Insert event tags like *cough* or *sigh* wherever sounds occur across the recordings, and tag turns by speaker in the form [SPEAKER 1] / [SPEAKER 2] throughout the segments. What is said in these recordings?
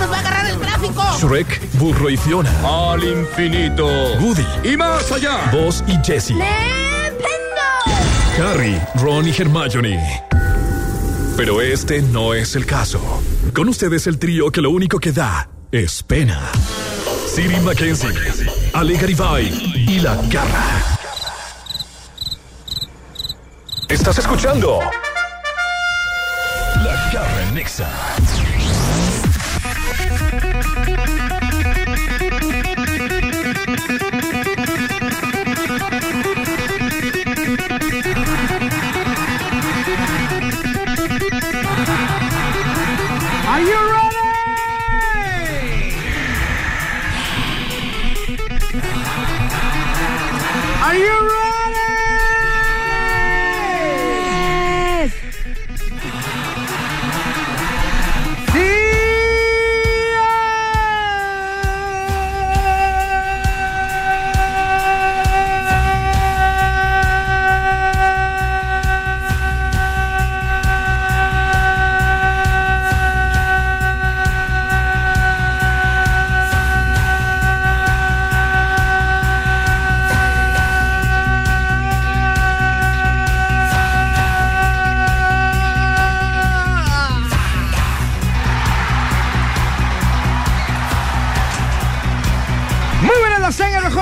[SPEAKER 1] ¡Nos va a agarrar el tráfico!
[SPEAKER 2] Shrek, Burro y Fiona.
[SPEAKER 3] Al infinito.
[SPEAKER 2] Woody.
[SPEAKER 3] Y más allá.
[SPEAKER 2] Vos y Jesse.
[SPEAKER 1] ¡Nintendo!
[SPEAKER 2] Harry, Ron y Hermione. Pero este no es el caso. Con ustedes el trío que lo único que da es pena. Siri Mackenzie, Ale Garibay y La Garra. Estás escuchando La Garra en Nexa.
[SPEAKER 1] Are you ready? Are you ready?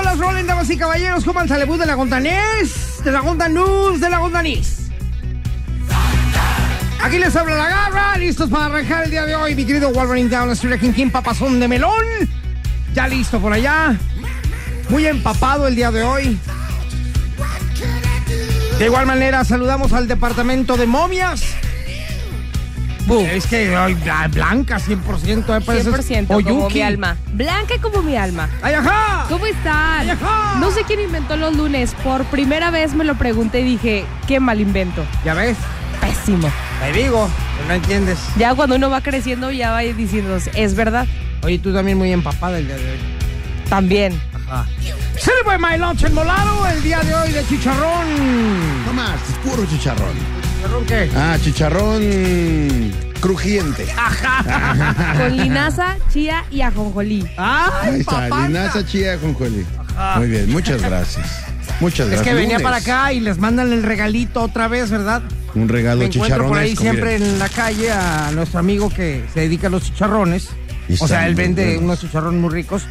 [SPEAKER 1] las Rolling, damas y caballeros, como el Salebú de la Gontanés, de la Gontanús, de la Gontanís. Aquí les habla la garra, listos para arrancar el día de hoy, mi querido Wolverine Down, la King King, papazón de melón. Ya listo por allá. Muy empapado el día de hoy. De igual manera, saludamos al departamento de momias. Boom. Es que ay, blanca 100%, eh,
[SPEAKER 4] parece 100% como Oyuki. mi alma. Blanca como mi alma.
[SPEAKER 1] ¡Ay, ajá!
[SPEAKER 4] ¿Cómo están?
[SPEAKER 1] ¡Ay, ajá!
[SPEAKER 4] No sé quién inventó los lunes. Por primera vez me lo pregunté y dije, qué mal invento.
[SPEAKER 1] ¿Ya ves?
[SPEAKER 4] Pésimo.
[SPEAKER 1] Te digo, no entiendes.
[SPEAKER 4] Ya cuando uno va creciendo ya va diciéndose, es verdad.
[SPEAKER 1] Oye, tú también muy empapada el día de hoy. *laughs*
[SPEAKER 4] También.
[SPEAKER 1] Ajá. Sirve my lunch molado el día de hoy de chicharrón.
[SPEAKER 5] No más, es puro chicharrón.
[SPEAKER 1] ¿Chicharrón qué?
[SPEAKER 5] Ah, chicharrón
[SPEAKER 1] *laughs*
[SPEAKER 5] crujiente.
[SPEAKER 1] Ajá.
[SPEAKER 4] Con linaza, chía y ajonjolí.
[SPEAKER 1] Ay,
[SPEAKER 5] Ahí está,
[SPEAKER 1] papá.
[SPEAKER 5] linaza, chía, ajonjolí. Muy bien, muchas gracias. Muchas
[SPEAKER 1] Es
[SPEAKER 5] gracias.
[SPEAKER 1] que venía
[SPEAKER 5] Lunes,
[SPEAKER 1] para acá y les mandan el regalito otra vez, ¿verdad?
[SPEAKER 5] Un regalo
[SPEAKER 1] Me encuentro
[SPEAKER 5] chicharrón.
[SPEAKER 1] por ahí siempre en la calle a nuestro amigo que se dedica a los chicharrones.
[SPEAKER 5] Y
[SPEAKER 1] O sea,
[SPEAKER 5] están
[SPEAKER 1] él vende
[SPEAKER 5] muy buenos.
[SPEAKER 1] unos chicharrones muy ricos.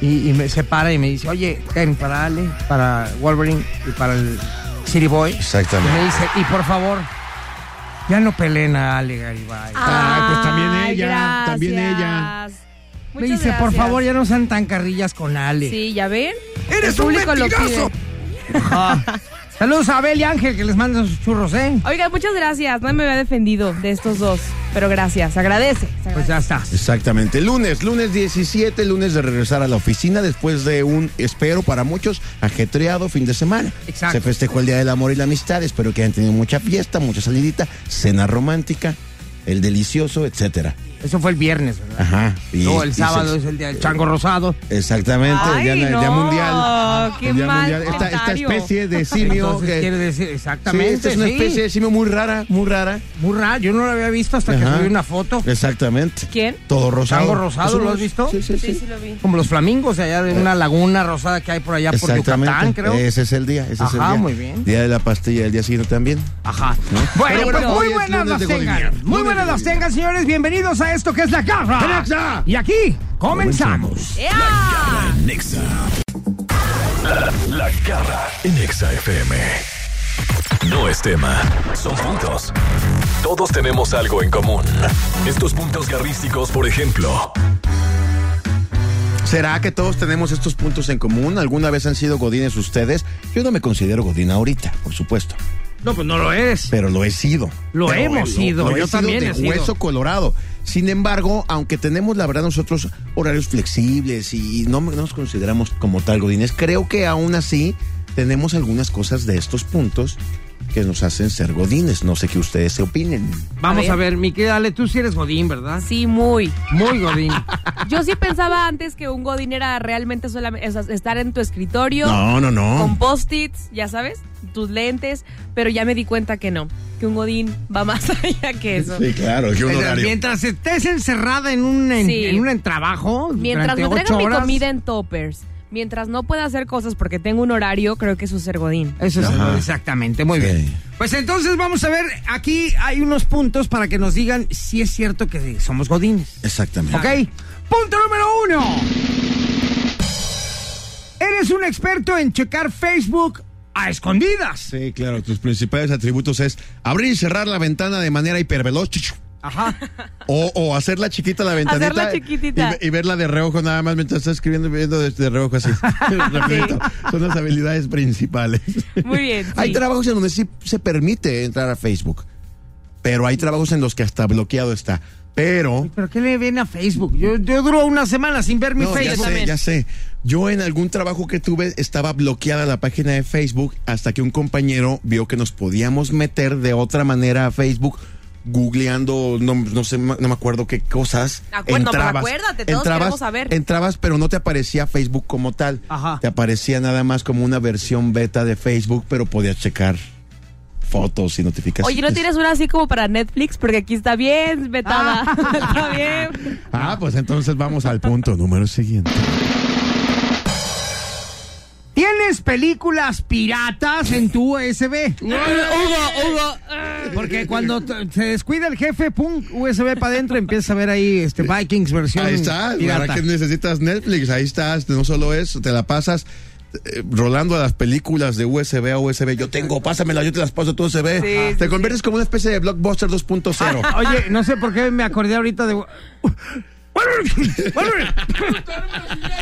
[SPEAKER 1] Y, y me se para y me dice, oye, Ken, para Ale, para Wolverine y para el City Boy. Y
[SPEAKER 5] Exactamente.
[SPEAKER 1] me dice, y por favor, ya no peleen a Ale Garibay.
[SPEAKER 4] Ah,
[SPEAKER 5] Ay, pues también ella,
[SPEAKER 4] gracias.
[SPEAKER 5] también ella.
[SPEAKER 1] me
[SPEAKER 4] Muchas
[SPEAKER 1] dice, por
[SPEAKER 4] gracias.
[SPEAKER 1] favor, ya no sean tan carrillas con Ale.
[SPEAKER 4] Sí, ¿ya ven?
[SPEAKER 1] ¡Eres
[SPEAKER 4] El
[SPEAKER 1] un
[SPEAKER 4] público lo
[SPEAKER 1] mentiroso!
[SPEAKER 4] pide.
[SPEAKER 1] Ajá. Saludos a Abel y Ángel que les mandan sus churros, ¿eh?
[SPEAKER 4] Oiga, muchas gracias. No me había defendido de estos dos. Pero gracias, se agradece. se
[SPEAKER 1] Pues
[SPEAKER 4] agradece.
[SPEAKER 1] ya está.
[SPEAKER 5] Exactamente. Lunes, lunes 17, lunes de regresar a la oficina después de un, espero para muchos, ajetreado fin de semana.
[SPEAKER 1] Exacto.
[SPEAKER 5] Se festejó el Día del Amor y la Amistad. Espero que hayan tenido mucha fiesta, mucha salidita, cena romántica, el delicioso, etcétera.
[SPEAKER 1] Eso fue el viernes, ¿verdad?
[SPEAKER 5] Ajá. Y- eh,
[SPEAKER 1] Luego
[SPEAKER 5] y
[SPEAKER 1] el
[SPEAKER 5] se-
[SPEAKER 1] sábado es el día del chango rosado.
[SPEAKER 5] Exactamente,
[SPEAKER 4] Ay,
[SPEAKER 5] el, día, el
[SPEAKER 4] no,
[SPEAKER 5] Día mundial.
[SPEAKER 4] qué
[SPEAKER 5] El día
[SPEAKER 4] mal
[SPEAKER 5] Esta, esta
[SPEAKER 4] comentario.
[SPEAKER 5] especie de simio.
[SPEAKER 1] Entonces
[SPEAKER 5] que-
[SPEAKER 1] quiere decir,
[SPEAKER 5] sí,
[SPEAKER 1] exactamente.
[SPEAKER 5] esta es una
[SPEAKER 1] sí.
[SPEAKER 5] especie de simio muy rara, muy rara.
[SPEAKER 1] Muy raro, yo no lo había visto hasta que
[SPEAKER 5] Ajá.
[SPEAKER 1] subí una foto.
[SPEAKER 5] Exactamente.
[SPEAKER 4] ¿Quién?
[SPEAKER 5] Todo rosado.
[SPEAKER 1] Chango rosado,
[SPEAKER 5] Eso
[SPEAKER 1] ¿lo
[SPEAKER 5] no
[SPEAKER 1] has
[SPEAKER 5] es-
[SPEAKER 1] visto?
[SPEAKER 5] Sí, sí, sí.
[SPEAKER 4] Sí, sí lo vi.
[SPEAKER 1] Como los flamingos de allá de una laguna rosada que hay por allá por
[SPEAKER 5] Exactamente.
[SPEAKER 1] Yucatán, creo.
[SPEAKER 5] Ese es el día. Ese es el
[SPEAKER 1] Ajá,
[SPEAKER 5] día.
[SPEAKER 1] muy bien.
[SPEAKER 5] Día de la pastilla, el día siguiente también.
[SPEAKER 1] Ajá. Bueno,
[SPEAKER 5] Pero
[SPEAKER 1] pues
[SPEAKER 5] bueno, hoy
[SPEAKER 1] muy
[SPEAKER 5] es
[SPEAKER 1] buenas
[SPEAKER 5] lunes
[SPEAKER 1] las
[SPEAKER 5] de
[SPEAKER 1] tengan.
[SPEAKER 5] Godinier.
[SPEAKER 1] Muy
[SPEAKER 5] Lunes
[SPEAKER 1] buenas
[SPEAKER 5] de
[SPEAKER 1] las
[SPEAKER 5] Godinier.
[SPEAKER 1] tengan, señores. Bienvenidos a esto que es La Garra.
[SPEAKER 5] ¡Alexa!
[SPEAKER 1] Y aquí comenzamos.
[SPEAKER 4] ¡Ea!
[SPEAKER 2] Nexa. La, la garra en Nexa FM. No es tema, son puntos. Todos tenemos algo en común. Estos puntos garrísticos, por ejemplo,
[SPEAKER 5] ¿Será que todos tenemos estos puntos en común? ¿Alguna vez han sido godines ustedes? Yo no me considero godín ahorita, por supuesto.
[SPEAKER 1] No, pues no lo eres.
[SPEAKER 5] Pero lo he sido.
[SPEAKER 1] Lo
[SPEAKER 5] Pero
[SPEAKER 1] hemos sido,
[SPEAKER 5] lo he
[SPEAKER 1] yo también
[SPEAKER 5] de
[SPEAKER 1] he sido.
[SPEAKER 5] hueso colorado. Sin embargo, aunque tenemos, la verdad, nosotros horarios flexibles y no me- no nos consideramos como tal godines, creo que aún así tenemos algunas cosas de estos puntos que nos hacen ser godines. No sé qué ustedes se opinen.
[SPEAKER 1] Vamos a
[SPEAKER 4] A ver.
[SPEAKER 1] ver, mi querida Ale, tú sí eres Godín, ¿verdad?
[SPEAKER 4] Sí, muy.
[SPEAKER 1] Muy *laughs* Godín.
[SPEAKER 4] Yo sí pensaba antes que un godín era realmente solamente o sea, estar en tu escritorio
[SPEAKER 5] No, no,
[SPEAKER 4] con
[SPEAKER 5] no.
[SPEAKER 4] post-its, ya sabes, tus lentes, pero ya me di cuenta que no, que un godín va más *laughs* allá que eso.
[SPEAKER 5] Sí, claro, que un
[SPEAKER 1] Mientras-
[SPEAKER 5] horario.
[SPEAKER 1] Mientras estés encerrada en un, en,
[SPEAKER 4] Sí.
[SPEAKER 1] en un trabajo,
[SPEAKER 4] Mientras no
[SPEAKER 1] durante
[SPEAKER 4] traigan
[SPEAKER 1] ocho
[SPEAKER 4] mi
[SPEAKER 1] horas,
[SPEAKER 4] comida en toppers, mientras no pueda hacer cosas porque tengo un horario, creo que eso es ser godín.
[SPEAKER 1] Eso es
[SPEAKER 5] Ajá.
[SPEAKER 1] exactamente, muy
[SPEAKER 5] Sí.
[SPEAKER 1] bien. Pues entonces vamos a ver, aquí hay unos puntos para que nos digan si es cierto que somos godines.
[SPEAKER 5] Exactamente.
[SPEAKER 1] ¿Ok? Punto número uno. Eres un experto en checar Facebook a escondidas.
[SPEAKER 5] Sí, claro, tus principales atributos es abrir y cerrar la ventana de manera hiperveloz chuchu,
[SPEAKER 1] Ajá.
[SPEAKER 5] o, o hacerla chiquita la ventanita
[SPEAKER 4] Hacerla chiquitita.
[SPEAKER 5] Y, ve- y verla de reojo nada más mientras estás escribiendo viendo de, de
[SPEAKER 4] *laughs*
[SPEAKER 5] reojo así. *laughs* Rapidito. Son las habilidades principales.
[SPEAKER 4] Muy bien,
[SPEAKER 5] Hay
[SPEAKER 4] sí.
[SPEAKER 5] trabajos en donde sí se permite entrar a Facebook, pero hay trabajos en los que hasta bloqueado está. Pero
[SPEAKER 1] ¿Pero qué le ven a Facebook? Yo, yo duro una semana sin ver mi
[SPEAKER 5] No, ya
[SPEAKER 1] Facebook.
[SPEAKER 5] sé, ya sé. Yo en algún trabajo que tuve estaba bloqueada la página de Facebook hasta que un compañero vio que nos podíamos meter de otra manera a Facebook googleando, no, no sé, ma- no me acuerdo qué cosas.
[SPEAKER 4] Acuer- no, pero acuérdate, todos queremos saber.
[SPEAKER 5] Entrabas, pero no te aparecía Facebook como tal.
[SPEAKER 1] Ajá.
[SPEAKER 5] Te aparecía nada más como una versión beta de Facebook, pero podías checar fotos y notificaciones.
[SPEAKER 4] Oye, ¿no tienes una así como para Netflix? Porque aquí está bien, vetada.
[SPEAKER 1] Ah.
[SPEAKER 4] *laughs* está bien.
[SPEAKER 5] Ah, pues entonces vamos al punto número siguiente.
[SPEAKER 1] ¿Tienes películas piratas en tu USB?
[SPEAKER 4] Hugo, Hugo.
[SPEAKER 1] Porque cuando t- se descuida el jefe, pum, USB para adentro, empieza a ver ahí este Vikings versión.
[SPEAKER 5] Ahí está,
[SPEAKER 1] pirata.
[SPEAKER 5] ¿para qué necesitas Netflix? Ahí estás, no solo eso, te la pasas eh, rolando a las películas de USB a USB. Yo tengo, pásamela, yo te las paso a tu USB.
[SPEAKER 4] Sí, Ah,
[SPEAKER 5] te conviertes como una especie de blockbuster 2.0.
[SPEAKER 1] Oye, no sé por qué me acordé ahorita de.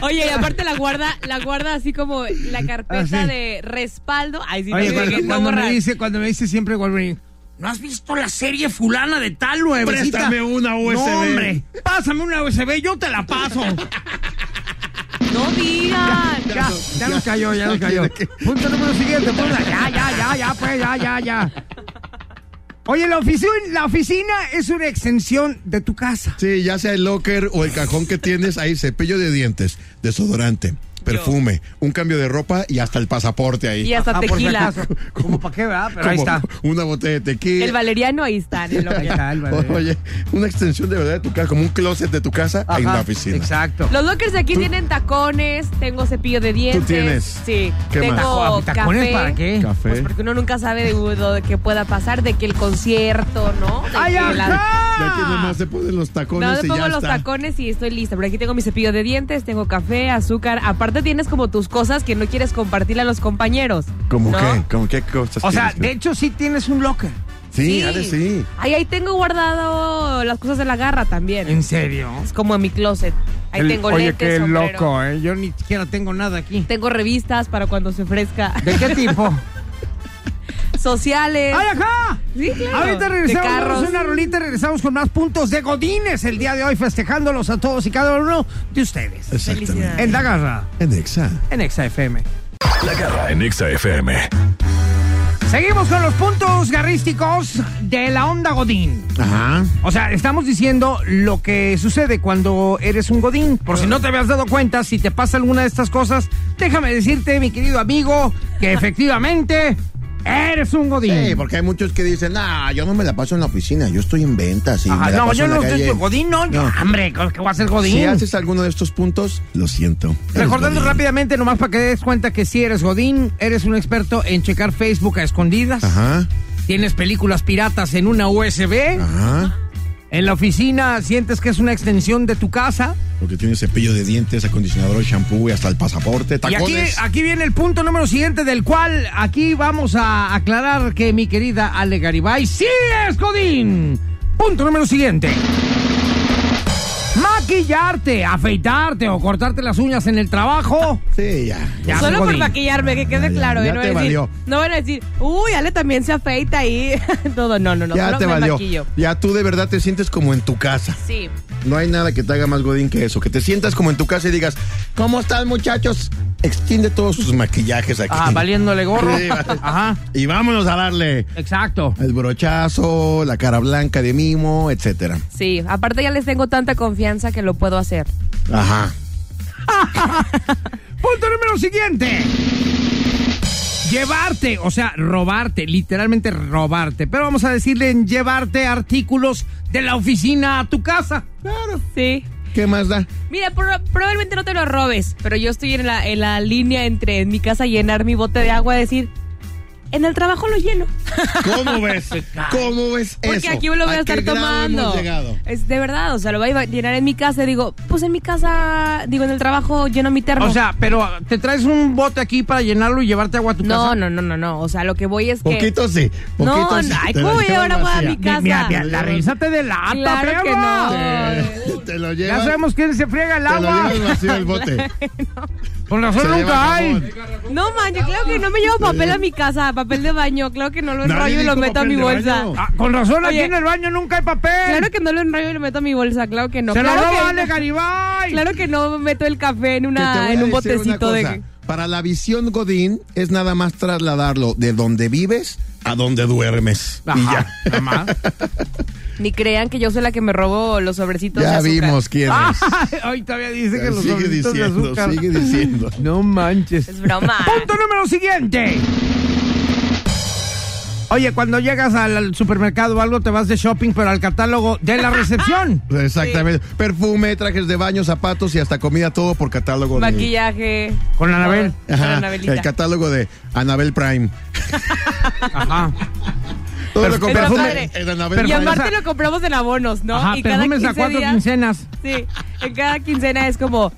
[SPEAKER 4] Oye, y aparte la guarda, la guarda así como la carpeta
[SPEAKER 1] Así.
[SPEAKER 4] de respaldo. Ay, sí, no
[SPEAKER 1] Ah, Oye,
[SPEAKER 4] digas
[SPEAKER 1] cuando,
[SPEAKER 4] que no
[SPEAKER 1] cuando me
[SPEAKER 4] borras.
[SPEAKER 1] dice, cuando me dice siempre Wolverine. ¿No has visto la serie fulana de tal nuevecita?
[SPEAKER 5] Préstame una USB.
[SPEAKER 1] No, hombre, pásame una USB, yo te la paso.
[SPEAKER 4] No digan.
[SPEAKER 1] Ya, ya nos cayó, ya nos cayó. Punto número siguiente, ponla. Ya, ya, ya, ya, pues, ya, ya, ya. Oye, la oficina, la oficina es una extensión de tu casa.
[SPEAKER 5] Sí, ya sea el locker o el cajón que tienes, ahí cepillo de dientes, desodorante, perfume, un cambio de ropa y hasta el pasaporte ahí.
[SPEAKER 4] Y hasta
[SPEAKER 1] Ah, por si
[SPEAKER 4] tequila.
[SPEAKER 1] acaso. Como para qué, ¿verdad? Pero ahí
[SPEAKER 5] Como
[SPEAKER 1] está.
[SPEAKER 5] Una botella de tequila.
[SPEAKER 4] El valeriano ahí está. en el
[SPEAKER 1] Ahí
[SPEAKER 4] locker.
[SPEAKER 1] está el Wolverine.
[SPEAKER 5] Oye, una extensión de verdad de tu casa, como un closet de tu casa, ahí en
[SPEAKER 1] Ajá,
[SPEAKER 5] la oficina.
[SPEAKER 1] Exacto.
[SPEAKER 4] Los lockers de aquí tienen tacones, tengo cepillo de dientes.
[SPEAKER 5] tienes?
[SPEAKER 4] Sí.
[SPEAKER 5] ¿Qué
[SPEAKER 4] tengo
[SPEAKER 5] más?
[SPEAKER 1] Ah, ¿Tacones
[SPEAKER 4] café.
[SPEAKER 1] para qué?
[SPEAKER 5] Café.
[SPEAKER 4] Pues porque uno nunca sabe de, de qué pueda pasar, de que el concierto, ¿no? De
[SPEAKER 1] ¡Ay,
[SPEAKER 4] que la-
[SPEAKER 5] Ya que
[SPEAKER 1] ajá!
[SPEAKER 5] nomás se ponen los tacones
[SPEAKER 4] No,
[SPEAKER 5] y
[SPEAKER 4] me pongo
[SPEAKER 5] ya
[SPEAKER 4] los
[SPEAKER 5] está.
[SPEAKER 4] tacones y estoy lista. Pero aquí tengo mi cepillo de dientes, tengo café, azúcar. Aparte tienes como tus cosas que no quieres compartirle a los compañeros.
[SPEAKER 5] ¿Cómo
[SPEAKER 4] ¿no?
[SPEAKER 5] qué? ¿Cómo qué cosas?
[SPEAKER 1] O sea,
[SPEAKER 5] tienes que-
[SPEAKER 1] de hecho sí tienes un locker.
[SPEAKER 5] Sí, Ale, sí.
[SPEAKER 4] Ahí, ahí tengo guardado las cosas de la garra también.
[SPEAKER 1] ¿En serio?
[SPEAKER 4] Es como en mi closet. Ahí
[SPEAKER 1] El-
[SPEAKER 4] tengo
[SPEAKER 1] Oye,
[SPEAKER 4] lentes,
[SPEAKER 1] qué
[SPEAKER 4] sombrero.
[SPEAKER 1] loco, ¿eh? Yo ni siquiera tengo nada aquí.
[SPEAKER 4] Tengo revistas para cuando se ofrezca.
[SPEAKER 1] ¿De qué *laughs* tipo?
[SPEAKER 4] *laughs* Sociales.
[SPEAKER 1] ¡Ay, ajá!
[SPEAKER 4] Sí, claro.
[SPEAKER 1] Ahorita regresamos,
[SPEAKER 4] De carros.
[SPEAKER 1] vamos a una rolita y regresamos con más puntos de Godines el día de hoy, festejándolos a todos y cada uno de ustedes.
[SPEAKER 4] Felicidades.
[SPEAKER 1] En La Garra,
[SPEAKER 5] En Exa.
[SPEAKER 1] en Exa FM.
[SPEAKER 2] La garra en Exa FM.
[SPEAKER 1] Seguimos con los puntos garrísticos de la onda Godín.
[SPEAKER 5] Ajá.
[SPEAKER 1] O sea, estamos diciendo lo que sucede cuando eres un godín. Por si no te habías dado cuenta, si te pasa alguna de estas cosas, déjame decirte, mi querido amigo,
[SPEAKER 4] *laughs*
[SPEAKER 1] que efectivamente eres un godín.
[SPEAKER 5] Sí, porque hay muchos que dicen, ah, yo no me la paso en la oficina, yo estoy en ventas. Y
[SPEAKER 1] Ajá,
[SPEAKER 5] me la
[SPEAKER 1] no,
[SPEAKER 5] paso
[SPEAKER 1] yo
[SPEAKER 5] en la
[SPEAKER 1] no estoy
[SPEAKER 5] calle".
[SPEAKER 1] godín, no, yo-
[SPEAKER 5] No.
[SPEAKER 1] hombre, ¿qué voy a hacer godín?
[SPEAKER 5] Si haces alguno de estos puntos, lo siento. Eres
[SPEAKER 1] Recordando
[SPEAKER 5] godín.
[SPEAKER 1] rápidamente, nomás para que des cuenta que si eres Godín, eres un experto en checar Facebook a escondidas,
[SPEAKER 5] Ajá,
[SPEAKER 1] tienes películas piratas en una USB,
[SPEAKER 5] ajá.
[SPEAKER 1] en la oficina sientes que es una extensión de tu casa.
[SPEAKER 5] Porque tiene cepillo de dientes, acondicionador, shampoo y hasta el pasaporte,
[SPEAKER 1] Y aquí,
[SPEAKER 5] tacones.
[SPEAKER 1] aquí viene el punto número siguiente del cual aquí vamos a aclarar que mi querida Ale Garibay sí es Godín. Punto número siguiente. Mac maquillarte, afeitarte o cortarte las uñas en el trabajo.
[SPEAKER 5] Sí, ya.
[SPEAKER 1] Ya
[SPEAKER 4] Solo
[SPEAKER 1] soy
[SPEAKER 4] por
[SPEAKER 1] godín.
[SPEAKER 4] maquillarme, que quede
[SPEAKER 5] ya,
[SPEAKER 4] claro.
[SPEAKER 5] ya
[SPEAKER 4] y no,
[SPEAKER 5] te
[SPEAKER 4] van a decir,
[SPEAKER 5] valió.
[SPEAKER 4] no van a decir, uy, Ale también se afeita ahí. *laughs* Todo, no, no, no.
[SPEAKER 5] ya
[SPEAKER 4] solo
[SPEAKER 5] te
[SPEAKER 4] me
[SPEAKER 5] valió.
[SPEAKER 4] maquillo.
[SPEAKER 5] Ya tú de verdad te sientes como en tu casa.
[SPEAKER 4] Sí.
[SPEAKER 5] No hay nada que te haga más godín que eso. Que te sientas como en tu casa y digas, ¿cómo están muchachos? Extiende todos sus maquillajes aquí.
[SPEAKER 1] Ah,
[SPEAKER 5] *laughs*
[SPEAKER 1] valiéndole gorro.
[SPEAKER 5] Sí, vale.
[SPEAKER 1] Ajá,
[SPEAKER 5] Y vámonos a darle
[SPEAKER 1] exacto.
[SPEAKER 5] el brochazo, la cara blanca de mimo, etcétera.
[SPEAKER 4] Sí, aparte ya les tengo tanta confianza que lo
[SPEAKER 1] *laughs*
[SPEAKER 4] puedo hacer.
[SPEAKER 5] Ajá.
[SPEAKER 1] Punto número siguiente. Llevarte, o sea, robarte, literalmente robarte. Pero vamos a decirle en llevarte artículos de la oficina a tu casa.
[SPEAKER 5] Claro.
[SPEAKER 4] Sí.
[SPEAKER 5] ¿Qué más da?
[SPEAKER 4] Mira, pro- probablemente no te lo robes, pero yo estoy en la, en la línea entre en mi casa llenar mi bote de agua y decir, en el trabajo lo lleno. *laughs*
[SPEAKER 5] ¿Cómo ves? ¿Cómo ves eso?
[SPEAKER 4] Porque aquí me lo voy a,
[SPEAKER 5] ¿A
[SPEAKER 4] estar
[SPEAKER 5] qué grado
[SPEAKER 4] tomando.
[SPEAKER 5] hemos llegado?
[SPEAKER 4] Es de verdad, o sea, lo voy a llenar en mi casa y digo, pues en mi casa, digo, en el trabajo lleno mi termo.
[SPEAKER 1] O sea, pero Ah, te traes un bote aquí para llenarlo y llevarte agua a tu casa.
[SPEAKER 4] no, no, no, no, no. O sea, lo que voy es que.
[SPEAKER 5] Poquito sí.
[SPEAKER 4] No,
[SPEAKER 5] Poquito sí.
[SPEAKER 4] no, ay,
[SPEAKER 5] Te la
[SPEAKER 4] ¿cómo voy a
[SPEAKER 5] llevas
[SPEAKER 4] llevar agua a
[SPEAKER 5] vacía.
[SPEAKER 4] mi casa?
[SPEAKER 1] Mira, mira, la revísate de la ata,
[SPEAKER 4] Claro que
[SPEAKER 1] perra.
[SPEAKER 4] no.
[SPEAKER 5] Te lo
[SPEAKER 1] Ya
[SPEAKER 5] llevas.
[SPEAKER 1] sabemos quién se friega el
[SPEAKER 5] Te lo
[SPEAKER 1] agua.
[SPEAKER 5] llevas vacío el bote.
[SPEAKER 4] *laughs*
[SPEAKER 1] Por
[SPEAKER 5] Se
[SPEAKER 1] razón
[SPEAKER 5] lleva
[SPEAKER 1] nunca
[SPEAKER 5] jabón.
[SPEAKER 1] hay.
[SPEAKER 4] No, man, yo creo que no me llevo papel a mi casa, papel de baño. Claro que no lo
[SPEAKER 5] Nadie
[SPEAKER 4] enrollo y lo
[SPEAKER 5] dijo
[SPEAKER 4] meto a mi
[SPEAKER 5] papel de
[SPEAKER 4] bolsa.
[SPEAKER 5] baño.
[SPEAKER 1] Ah, con razón aquí
[SPEAKER 4] Oye.
[SPEAKER 1] en el baño nunca hay papel.
[SPEAKER 4] Claro que no lo enrollo y lo meto a mi bolsa, claro que no.
[SPEAKER 1] se
[SPEAKER 4] claro,
[SPEAKER 1] lo roba
[SPEAKER 4] que,
[SPEAKER 1] Ale Garibay.
[SPEAKER 4] claro que no meto el café en,
[SPEAKER 5] Que te voy
[SPEAKER 4] una,
[SPEAKER 5] a
[SPEAKER 4] en un
[SPEAKER 5] decir una
[SPEAKER 4] botecito
[SPEAKER 5] cosa.
[SPEAKER 4] de...
[SPEAKER 5] Para la visión Godín es nada más trasladarlo de donde vives a donde duermes. y
[SPEAKER 1] Ajá,
[SPEAKER 5] ya.
[SPEAKER 1] nada más.
[SPEAKER 4] Ni crean que yo soy la que me robo los sobrecitos de
[SPEAKER 5] Ya
[SPEAKER 4] azúcar. Ah,
[SPEAKER 5] vimos quién es.
[SPEAKER 1] Hoy todavía dice que los
[SPEAKER 5] sigue
[SPEAKER 1] sobrecitos de
[SPEAKER 5] diciendo,
[SPEAKER 1] azúcar.
[SPEAKER 5] sigue diciendo.
[SPEAKER 1] No manches.
[SPEAKER 4] Es broma.
[SPEAKER 5] *laughs*
[SPEAKER 1] Punto número siguiente. Oye, cuando llegas al al supermercado o algo, te vas de shopping, pero al catálogo de la recepción.
[SPEAKER 5] Exactamente. Perfume, trajes de baño, zapatos y hasta comida, todo por catálogo. de-
[SPEAKER 4] Maquillaje.
[SPEAKER 1] Con Anabel.
[SPEAKER 4] Con
[SPEAKER 5] Ajá,
[SPEAKER 4] Anabelita.
[SPEAKER 5] el catálogo de Anabel Prime.
[SPEAKER 1] Ajá.
[SPEAKER 5] Todo lo
[SPEAKER 1] Pero-
[SPEAKER 5] compraste
[SPEAKER 4] Está padre.
[SPEAKER 5] en Anabel
[SPEAKER 4] Y
[SPEAKER 1] Perfume.
[SPEAKER 5] Prime.
[SPEAKER 4] aparte lo compramos en abonos, ¿no?
[SPEAKER 1] Ajá,
[SPEAKER 4] y
[SPEAKER 1] perfumes a
[SPEAKER 4] 15
[SPEAKER 1] cuatro
[SPEAKER 4] días-
[SPEAKER 1] quincenas.
[SPEAKER 4] Sí, en cada quincena es como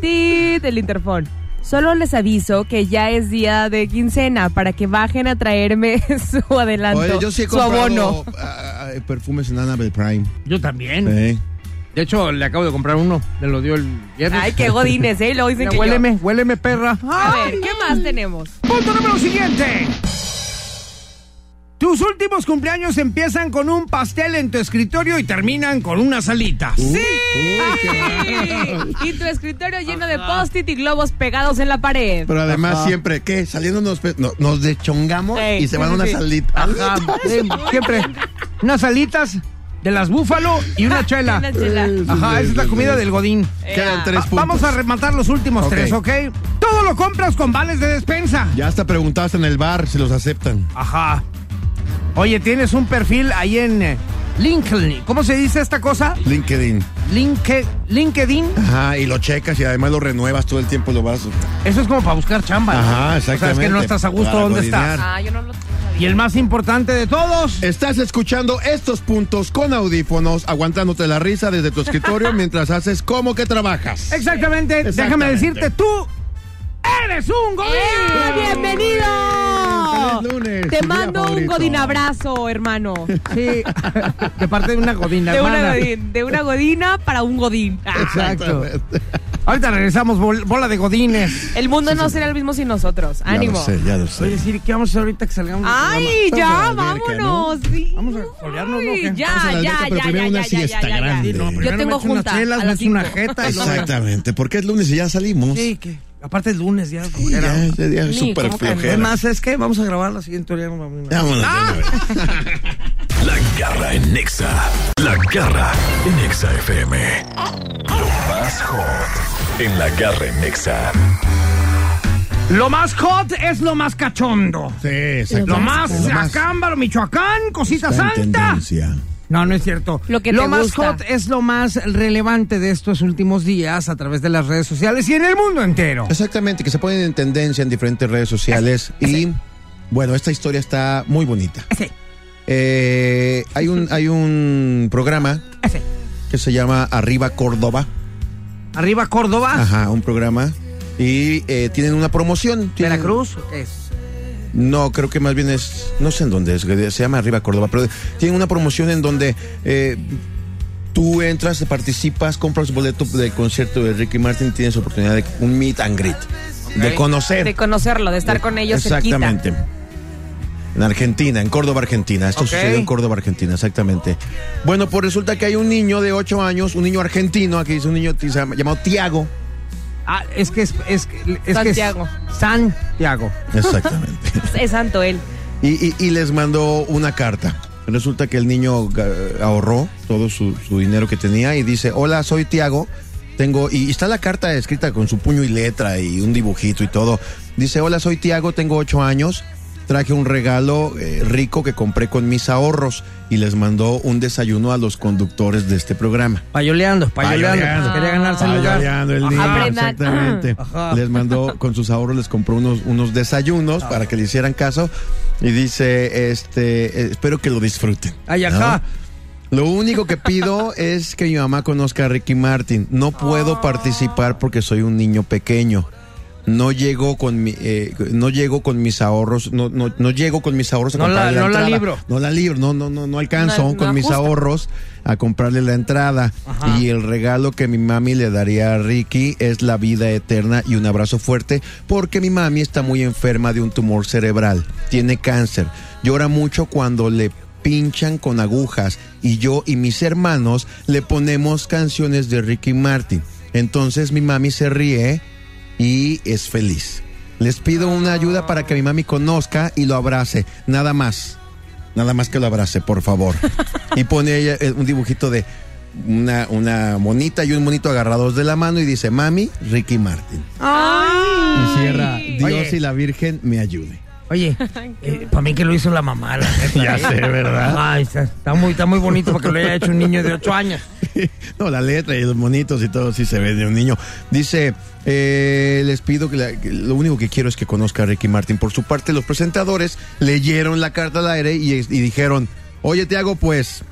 [SPEAKER 4] tit el interfón. Solo les aviso que ya es día de quincena para que bajen a traerme *laughs* su adelanto,
[SPEAKER 5] Oye, yo sí he
[SPEAKER 4] su abono. Mm.
[SPEAKER 5] comprado ah, ah, perfumes en Anabel Prime. ¿eh?
[SPEAKER 1] Yo también.
[SPEAKER 5] Sí.
[SPEAKER 1] De hecho, le acabo de comprar uno. Me lo dio el viernes.
[SPEAKER 4] Ay, qué godines, ¿eh? Y Luego dicen
[SPEAKER 1] Mira,
[SPEAKER 4] que yo-
[SPEAKER 1] huéleme, huéleme, perra.
[SPEAKER 4] A
[SPEAKER 1] Ay,
[SPEAKER 4] ver, ¿qué más tenemos?
[SPEAKER 1] Punto número siguiente. Tus últimos cumpleaños empiezan con un pastel en tu escritorio y terminan con unas alitas.
[SPEAKER 5] Uy, uy, qué
[SPEAKER 4] Sí. Y tu escritorio lleno de post-it y globos pegados en la pared.
[SPEAKER 5] Pero además siempre, ¿qué? Saliendo nos, pe- no- nos deschongamos
[SPEAKER 4] Ey,
[SPEAKER 5] y
[SPEAKER 4] sí,
[SPEAKER 5] se van
[SPEAKER 4] sí,
[SPEAKER 5] unas
[SPEAKER 4] sí.
[SPEAKER 5] alitas.
[SPEAKER 1] Ajá, sí, siempre. Unas alitas de las búfalo y
[SPEAKER 5] *laughs*
[SPEAKER 1] una chela.
[SPEAKER 4] Una chela.
[SPEAKER 5] eh,
[SPEAKER 1] Ajá, esa es la comida del godín.
[SPEAKER 5] *laughs* Quedan
[SPEAKER 4] Ea.
[SPEAKER 5] tres
[SPEAKER 1] Ah,
[SPEAKER 5] puntos.
[SPEAKER 1] Vamos a rematar los últimos
[SPEAKER 5] Ok.
[SPEAKER 1] tres, ¿ok? Todo lo compras con vales de despensa.
[SPEAKER 5] Ya hasta preguntaste en el bar si los aceptan.
[SPEAKER 1] Ajá. Oye, tienes un perfil ahí en eh, LinkedIn. ¿Cómo se dice esta cosa?
[SPEAKER 5] LinkedIn.
[SPEAKER 1] Linke- LinkedIn.
[SPEAKER 5] Ajá, y lo checas y además lo renuevas todo el tiempo, lo vas.
[SPEAKER 1] Eso es como para buscar chamba. ¿no?
[SPEAKER 5] Ajá,
[SPEAKER 1] O sea, es que
[SPEAKER 5] exactamente.
[SPEAKER 1] no estás a gusto
[SPEAKER 5] Para
[SPEAKER 1] donde
[SPEAKER 5] coordinar.
[SPEAKER 1] estás.
[SPEAKER 4] Ah, yo no lo
[SPEAKER 1] Y el más importante de todos.
[SPEAKER 5] Estás escuchando estos puntos con audífonos, aguantándote la risa desde tu
[SPEAKER 1] *laughs*
[SPEAKER 5] escritorio mientras haces como que trabajas.
[SPEAKER 1] Exactamente. Déjame
[SPEAKER 5] Exactamente.
[SPEAKER 1] decirte, tú eres un godín.
[SPEAKER 4] ¡Eh! ¡Bienvenido!
[SPEAKER 5] Feliz lunes, tu
[SPEAKER 4] Te
[SPEAKER 5] día
[SPEAKER 4] mando un
[SPEAKER 5] favorito.
[SPEAKER 4] godín abrazo,
[SPEAKER 5] *laughs*
[SPEAKER 4] hermano.
[SPEAKER 1] Sí, *laughs* de parte de una godina,
[SPEAKER 4] De una,
[SPEAKER 1] hermana.
[SPEAKER 4] godín, de una godina para un godín. Ah,
[SPEAKER 1] Exacto. Ahorita regresamos, bol- bola de godines.
[SPEAKER 4] El mundo no será el mismo sin nosotros.
[SPEAKER 5] Ya
[SPEAKER 4] Ánimo.
[SPEAKER 5] lo sé, ya lo sé.
[SPEAKER 1] Oye, Siri, ¿qué vamos a hacer ahorita que salgamos? del programa?
[SPEAKER 4] Ay,
[SPEAKER 5] Vamos a
[SPEAKER 4] ya,
[SPEAKER 5] la alberca, ¿no?
[SPEAKER 4] vámonos. sí.
[SPEAKER 1] Vamos a solearnos, ¿no?
[SPEAKER 4] Ay,
[SPEAKER 1] ¿Qué?
[SPEAKER 4] Ya,
[SPEAKER 5] Vamos a la alberca,
[SPEAKER 4] ya,
[SPEAKER 5] pero
[SPEAKER 4] ya,
[SPEAKER 5] primero
[SPEAKER 4] ya,
[SPEAKER 5] una
[SPEAKER 4] ya, ya,
[SPEAKER 5] siesta
[SPEAKER 4] ya, ya.
[SPEAKER 5] grande.
[SPEAKER 1] Sí, no,
[SPEAKER 5] Yo
[SPEAKER 1] primero me
[SPEAKER 4] tengo
[SPEAKER 1] echo unas
[SPEAKER 4] junta
[SPEAKER 1] chelas,
[SPEAKER 4] a
[SPEAKER 1] me
[SPEAKER 4] las
[SPEAKER 1] echo una
[SPEAKER 4] cinco.
[SPEAKER 1] jeta y luego-
[SPEAKER 5] Exactamente, porque es lunes y ya salimos.
[SPEAKER 1] Sí, que aparte es lunes ya.
[SPEAKER 5] Sí, ya, ese día es
[SPEAKER 4] Ni,
[SPEAKER 5] súper
[SPEAKER 4] ¿cómo que no?
[SPEAKER 5] flojera.
[SPEAKER 1] Además, es que vamos a grabar la siguiente hora. ya nos vamos a-
[SPEAKER 5] Vámonos. de una
[SPEAKER 1] Ah,
[SPEAKER 5] vez.
[SPEAKER 2] La garra en Nexa. La garra en Nexa FM. Lo más hot en la garra en Nexa.
[SPEAKER 1] Lo más hot es lo más cachondo.
[SPEAKER 5] Sí, exactamente.
[SPEAKER 1] Lo más
[SPEAKER 5] Lo más
[SPEAKER 1] acámbaro, Michoacán, cosita
[SPEAKER 5] está en
[SPEAKER 1] santa.
[SPEAKER 5] tendencia.
[SPEAKER 1] No, no es cierto.
[SPEAKER 4] Lo que te
[SPEAKER 1] más
[SPEAKER 4] gusta.
[SPEAKER 1] hot es lo más relevante de estos últimos días a través de las redes sociales y en el mundo entero.
[SPEAKER 5] Exactamente, que se ponen en tendencia en diferentes redes sociales. Y bueno, esta historia está muy bonita.
[SPEAKER 1] Sí,
[SPEAKER 5] Eh, hay, un, hay un programa
[SPEAKER 1] ese.
[SPEAKER 5] que se llama Arriba Córdoba.
[SPEAKER 1] Arriba Córdoba,
[SPEAKER 5] Ajá, un programa. Y eh, tienen una promoción. Tienen-
[SPEAKER 1] Veracruz, ¿o qué es?
[SPEAKER 5] No, creo que más bien es. No sé en dónde es. Se llama Arriba Córdoba. Pero tienen una promoción en donde eh, Tú entras, te participas, compras boleto del concierto de Ricky Martin, tienes oportunidad de un meet and greet, de conocer.
[SPEAKER 4] De conocerlo, de estar con ellos cerquita.
[SPEAKER 5] Eh, Exactamente. En Argentina, en Córdoba, Argentina. Esto
[SPEAKER 1] Ok.
[SPEAKER 5] sucedió en Córdoba, Argentina, exactamente. Bueno, pues resulta que hay un niño de 8 años, un niño argentino, aquí dice un niño ti- se llama- llamado
[SPEAKER 4] *laughs*
[SPEAKER 5] Tiago.
[SPEAKER 1] Ah, es que es, es, que- es que es-
[SPEAKER 4] Santiago.
[SPEAKER 1] Santiago.
[SPEAKER 5] Exactamente.
[SPEAKER 4] Es santo él.
[SPEAKER 5] y, y- y les mandó una carta. Resulta que el niño ga- ahorró todo su, su dinero que tenía y dice, hola, soy Tiago. Tengo, y y está la carta escrita con su puño y letra y un dibujito y todo. Dice, hola, soy Tiago, tengo ocho años. Traje un regalo eh, rico que compré con mis ahorros y les mandó un desayuno a los conductores de este programa.
[SPEAKER 1] Payoleando, payoleando.
[SPEAKER 5] Payoleando.
[SPEAKER 1] pues, Quería ganarse el lugar.
[SPEAKER 5] Payoleando el niño,
[SPEAKER 4] Aprendan.
[SPEAKER 5] exactamente.
[SPEAKER 1] Ajá.
[SPEAKER 5] Les mandó, con sus ahorros les compró unos, unos desayunos para que le hicieran caso. Y dice, este, eh, espero que lo disfruten.
[SPEAKER 1] Ay,
[SPEAKER 5] ¿no?
[SPEAKER 1] ajá.
[SPEAKER 5] Lo único que pido *laughs* es que mi mamá conozca a Ricky Martin. No puedo
[SPEAKER 1] Ah.
[SPEAKER 5] participar porque soy un niño pequeño. No llego con mi, eh, no llego con mis ahorros, no, no, no llego con mis ahorros a
[SPEAKER 1] No la-
[SPEAKER 5] comprarle la,
[SPEAKER 1] no la
[SPEAKER 5] entrada.
[SPEAKER 1] libro.
[SPEAKER 5] No la libro, no, no, no, no alcanzo
[SPEAKER 4] No,
[SPEAKER 5] aún con
[SPEAKER 4] no
[SPEAKER 5] mis
[SPEAKER 4] ajusta.
[SPEAKER 5] ahorros a comprarle la entrada.
[SPEAKER 1] Ajá.
[SPEAKER 5] Y el regalo que mi mami le daría a Ricky es la vida eterna y un abrazo fuerte, porque mi mami está muy enferma de un tumor cerebral, tiene cáncer, llora mucho cuando le pinchan con agujas y yo y mis hermanos le ponemos canciones de Ricky Martin. Entonces mi mami se ríe y es feliz. Les pido una ayuda para que mi mami conozca y lo abrace, nada más. Nada más que lo abrace, por favor. Y pone ella eh, un dibujito de una, una monita y un monito agarrados de la mano y dice, mami, Ricky Martin. Y cierra, Dios
[SPEAKER 1] Oye.
[SPEAKER 5] y la Virgen me ayude. *laughs*
[SPEAKER 1] Oye, para mí que lo hizo la mamá. La neta,
[SPEAKER 5] Ya
[SPEAKER 1] ¿eh?
[SPEAKER 5] sé, ¿verdad?
[SPEAKER 1] Ay, está, está muy, está muy bonito para que lo haya hecho un niño de 8 años.
[SPEAKER 5] No, la letra y los monitos y todo sí se ve de un niño. Dice, eh, les pido que, la- que lo único que quiero es que conozca a Ricky Martin. Por su parte, los presentadores leyeron la carta al aire y, y dijeron, oye, te hago pues...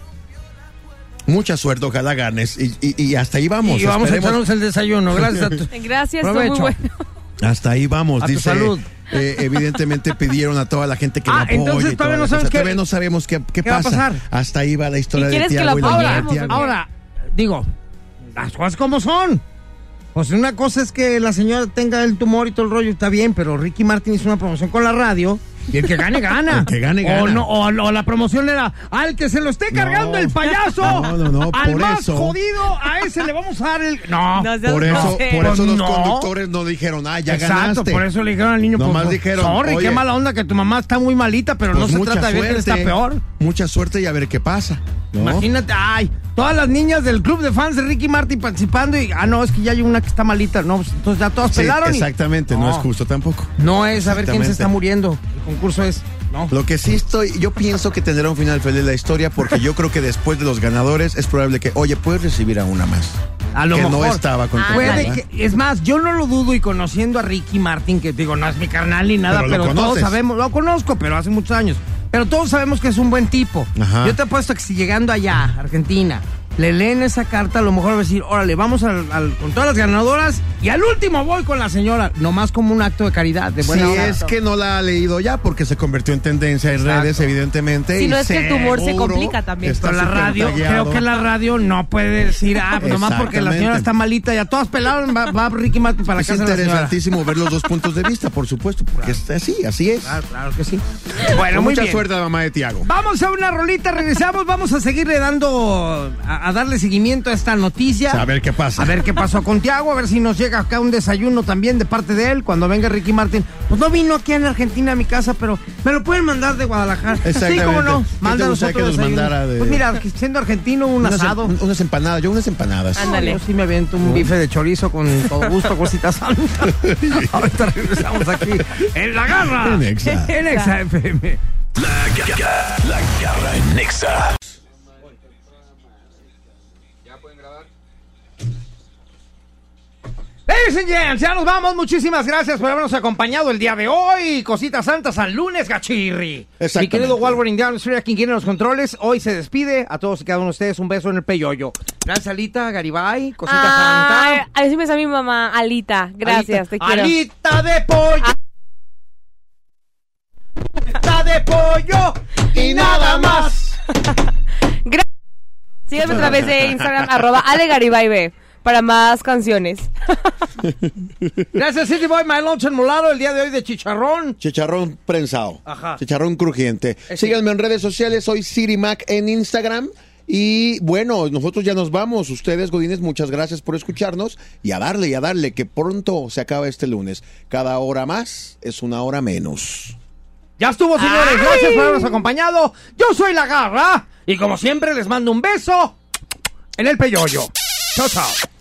[SPEAKER 5] Mucha suerte, ojalá ganes. Y, y- y hasta ahí vamos.
[SPEAKER 1] y vamos a
[SPEAKER 5] esperemos-
[SPEAKER 1] echarnos el desayuno. Gracias a tu...
[SPEAKER 4] Gracias, estuvo muy
[SPEAKER 1] Provecho.
[SPEAKER 4] bueno.
[SPEAKER 5] Hasta ahí vamos,
[SPEAKER 1] A tu
[SPEAKER 5] dice.
[SPEAKER 1] salud.
[SPEAKER 5] eh, evidentemente pidieron a toda la gente que
[SPEAKER 1] Ah,
[SPEAKER 5] la apoye.
[SPEAKER 1] entonces
[SPEAKER 5] y
[SPEAKER 1] todavía
[SPEAKER 5] todo.
[SPEAKER 1] no sabes
[SPEAKER 5] O sea,
[SPEAKER 1] qué-
[SPEAKER 5] todavía no sabemos qué, qué
[SPEAKER 1] qué va a
[SPEAKER 5] pasa.
[SPEAKER 1] pasar.
[SPEAKER 5] Hasta ahí va la historia
[SPEAKER 4] ¿Y
[SPEAKER 5] de
[SPEAKER 4] quieres que
[SPEAKER 5] Tiago
[SPEAKER 4] lo
[SPEAKER 5] y la
[SPEAKER 4] apoyemos
[SPEAKER 5] niña
[SPEAKER 1] Ahora,
[SPEAKER 4] Diego.
[SPEAKER 5] de Tiago.
[SPEAKER 1] *laughs* ahora, digo, las cosas como son. Pues una cosa es que la señora tenga el tumor y todo el rollo, está bien, pero Ricky Martin hizo una promoción con la radio. Y el que gane, gana.
[SPEAKER 5] *laughs* El que gane, gana.
[SPEAKER 1] O, no, o- o la promoción era al que se lo esté cargando el payaso.
[SPEAKER 5] *laughs* No, no, no,
[SPEAKER 1] Al
[SPEAKER 5] por
[SPEAKER 1] más
[SPEAKER 5] eso.
[SPEAKER 1] jodido, a ese le vamos a dar el.
[SPEAKER 5] *laughs*
[SPEAKER 1] No.
[SPEAKER 4] No seas
[SPEAKER 5] Ah, Por eso,
[SPEAKER 4] grosero.
[SPEAKER 5] por eso los
[SPEAKER 1] No.
[SPEAKER 5] conductores no dijeron, ah, ya
[SPEAKER 1] Exacto,
[SPEAKER 5] ganaste.
[SPEAKER 1] por eso le dijeron al niño. pues,
[SPEAKER 5] Nomás dijeron,
[SPEAKER 1] Sorry,
[SPEAKER 5] oye,
[SPEAKER 1] qué mala onda que tu mamá está muy malita, pero
[SPEAKER 5] Pues
[SPEAKER 1] no se
[SPEAKER 5] mucha
[SPEAKER 1] trata de bien,
[SPEAKER 5] suerte,
[SPEAKER 1] está peor.
[SPEAKER 5] Mucha suerte y a ver qué pasa. ¿no?
[SPEAKER 1] Imagínate, ay, todas las niñas del club de fans de Ricky Martin participando y, ah, no, es que ya hay una que está malita, no, pues, entonces ya todas
[SPEAKER 5] Sí,
[SPEAKER 1] pelaron. y-
[SPEAKER 5] exactamente, no.
[SPEAKER 1] No.
[SPEAKER 5] es justo tampoco.
[SPEAKER 1] No es saber quién se
[SPEAKER 5] Exactamente.
[SPEAKER 1] está muriendo, el concurso es, no.
[SPEAKER 5] Lo que sí estoy, yo pienso que tendrá un final feliz la historia porque yo creo que después de los ganadores es probable que, oye, puedes recibir a una más.
[SPEAKER 1] A lo
[SPEAKER 5] que no
[SPEAKER 1] mejor.
[SPEAKER 5] estaba con tu
[SPEAKER 1] Puede
[SPEAKER 5] mamá.
[SPEAKER 1] que- es más, yo no lo dudo y conociendo a Ricky Martin, que digo, no es mi carnal ni nada,
[SPEAKER 5] Pero lo
[SPEAKER 1] pero, todos
[SPEAKER 5] conoces.
[SPEAKER 1] sabemos, lo conozco, pero hace muchos años, pero todos sabemos que es un buen tipo.
[SPEAKER 5] Ajá.
[SPEAKER 1] Yo te apuesto que si llegando allá, a Argentina, le leen esa carta, a lo mejor va a decir, órale, vamos al- al- con todas las ganadoras y al último voy con la señora, nomás como un acto de caridad, de
[SPEAKER 5] Si
[SPEAKER 1] buena onda.
[SPEAKER 5] es que no la ha leído ya, porque se convirtió en tendencia en
[SPEAKER 1] Exacto.
[SPEAKER 5] redes, evidentemente.
[SPEAKER 4] Si
[SPEAKER 5] y
[SPEAKER 4] no es que el tumor se
[SPEAKER 5] seguro
[SPEAKER 4] complica también.
[SPEAKER 5] está
[SPEAKER 1] Pero la
[SPEAKER 5] súper
[SPEAKER 1] radio,
[SPEAKER 5] tallado.
[SPEAKER 1] creo que la radio no puede decir, ah, nomás porque la señora
[SPEAKER 5] Exactamente.
[SPEAKER 1] está malita, ya todas pelaron, va, va Ricky Martin para la
[SPEAKER 5] Es
[SPEAKER 1] casa de la señora.
[SPEAKER 5] interesantísimo ver los dos puntos de vista, por supuesto, porque es así, así es.
[SPEAKER 1] Claro, claro que sí. Bueno,
[SPEAKER 5] Con
[SPEAKER 1] muy
[SPEAKER 5] mucha
[SPEAKER 1] bien.
[SPEAKER 5] suerte a la mamá de Tiago.
[SPEAKER 1] Vamos a una rolita, regresamos, vamos a seguirle dando, a, a darle seguimiento a esta noticia.
[SPEAKER 5] A ver qué pasa.
[SPEAKER 1] A ver qué pasó con Tiago, a ver si nos llega acá un desayuno también de parte de él cuando venga Ricky Martin. Pues no vino aquí en Argentina a mi casa, pero me lo pueden mandar de Guadalajara. Sí,
[SPEAKER 5] Exactamente.
[SPEAKER 1] cómo no.
[SPEAKER 5] ¿Qué te
[SPEAKER 1] Mándanos
[SPEAKER 5] gustaría
[SPEAKER 1] otro
[SPEAKER 5] que nos
[SPEAKER 1] desayuno.
[SPEAKER 5] mandara de-
[SPEAKER 1] Pues mira, que siendo argentino, un
[SPEAKER 5] Unas-
[SPEAKER 1] asado.
[SPEAKER 5] un- unas empanadas, yo unas empanadas.
[SPEAKER 4] Ándale.
[SPEAKER 1] Yo sí me aviento un bife de chorizo con todo gusto, cosita santa.
[SPEAKER 5] *laughs*
[SPEAKER 1] Ahorita regresamos aquí en La Garra.
[SPEAKER 5] En Exa.
[SPEAKER 1] En Exa FM.
[SPEAKER 2] La garra, la garra en Nexa.
[SPEAKER 1] Ladies and gents, ya nos vamos. Muchísimas gracias por habernos acompañado el día de hoy. Cositas santas al lunes, gachirri.
[SPEAKER 5] Exactamente.
[SPEAKER 1] Mi querido Walter Indiano, estoy aquí quien los controles. Hoy se despide. A todos y cada uno de ustedes un beso en el peyoyo. Gracias, Alita, Garibay, Cosita
[SPEAKER 4] Ay,
[SPEAKER 1] Santa.
[SPEAKER 4] Ah, a veces me a mi mamá, Alita.
[SPEAKER 1] Alita-
[SPEAKER 4] Gracias, te quiero. Ah.
[SPEAKER 1] Alita de pollo.
[SPEAKER 5] *laughs*
[SPEAKER 1] Alita de pollo y nada más.
[SPEAKER 4] Sígueme a través de Instagram, arroba Ale Garibay B, para más canciones.
[SPEAKER 1] Gracias, City Boy, My Lunch and Mulado, el día de hoy de chicharrón.
[SPEAKER 5] Chicharrón prensado.
[SPEAKER 1] Ajá.
[SPEAKER 5] Chicharrón crujiente.
[SPEAKER 1] Ese.
[SPEAKER 5] Síganme en redes sociales, soy Sirimac en Instagram. Y bueno, nosotros ya nos vamos. Ustedes, Godines, muchas gracias por escucharnos y a darle y a darle que pronto se acaba este lunes. Cada hora más es una hora menos.
[SPEAKER 1] Ya estuvo, señores.
[SPEAKER 4] ¡Ay!
[SPEAKER 1] Gracias por habernos acompañado. Yo soy La Garra. Y como siempre, les mando un beso en el peyoyo. Chao, chao.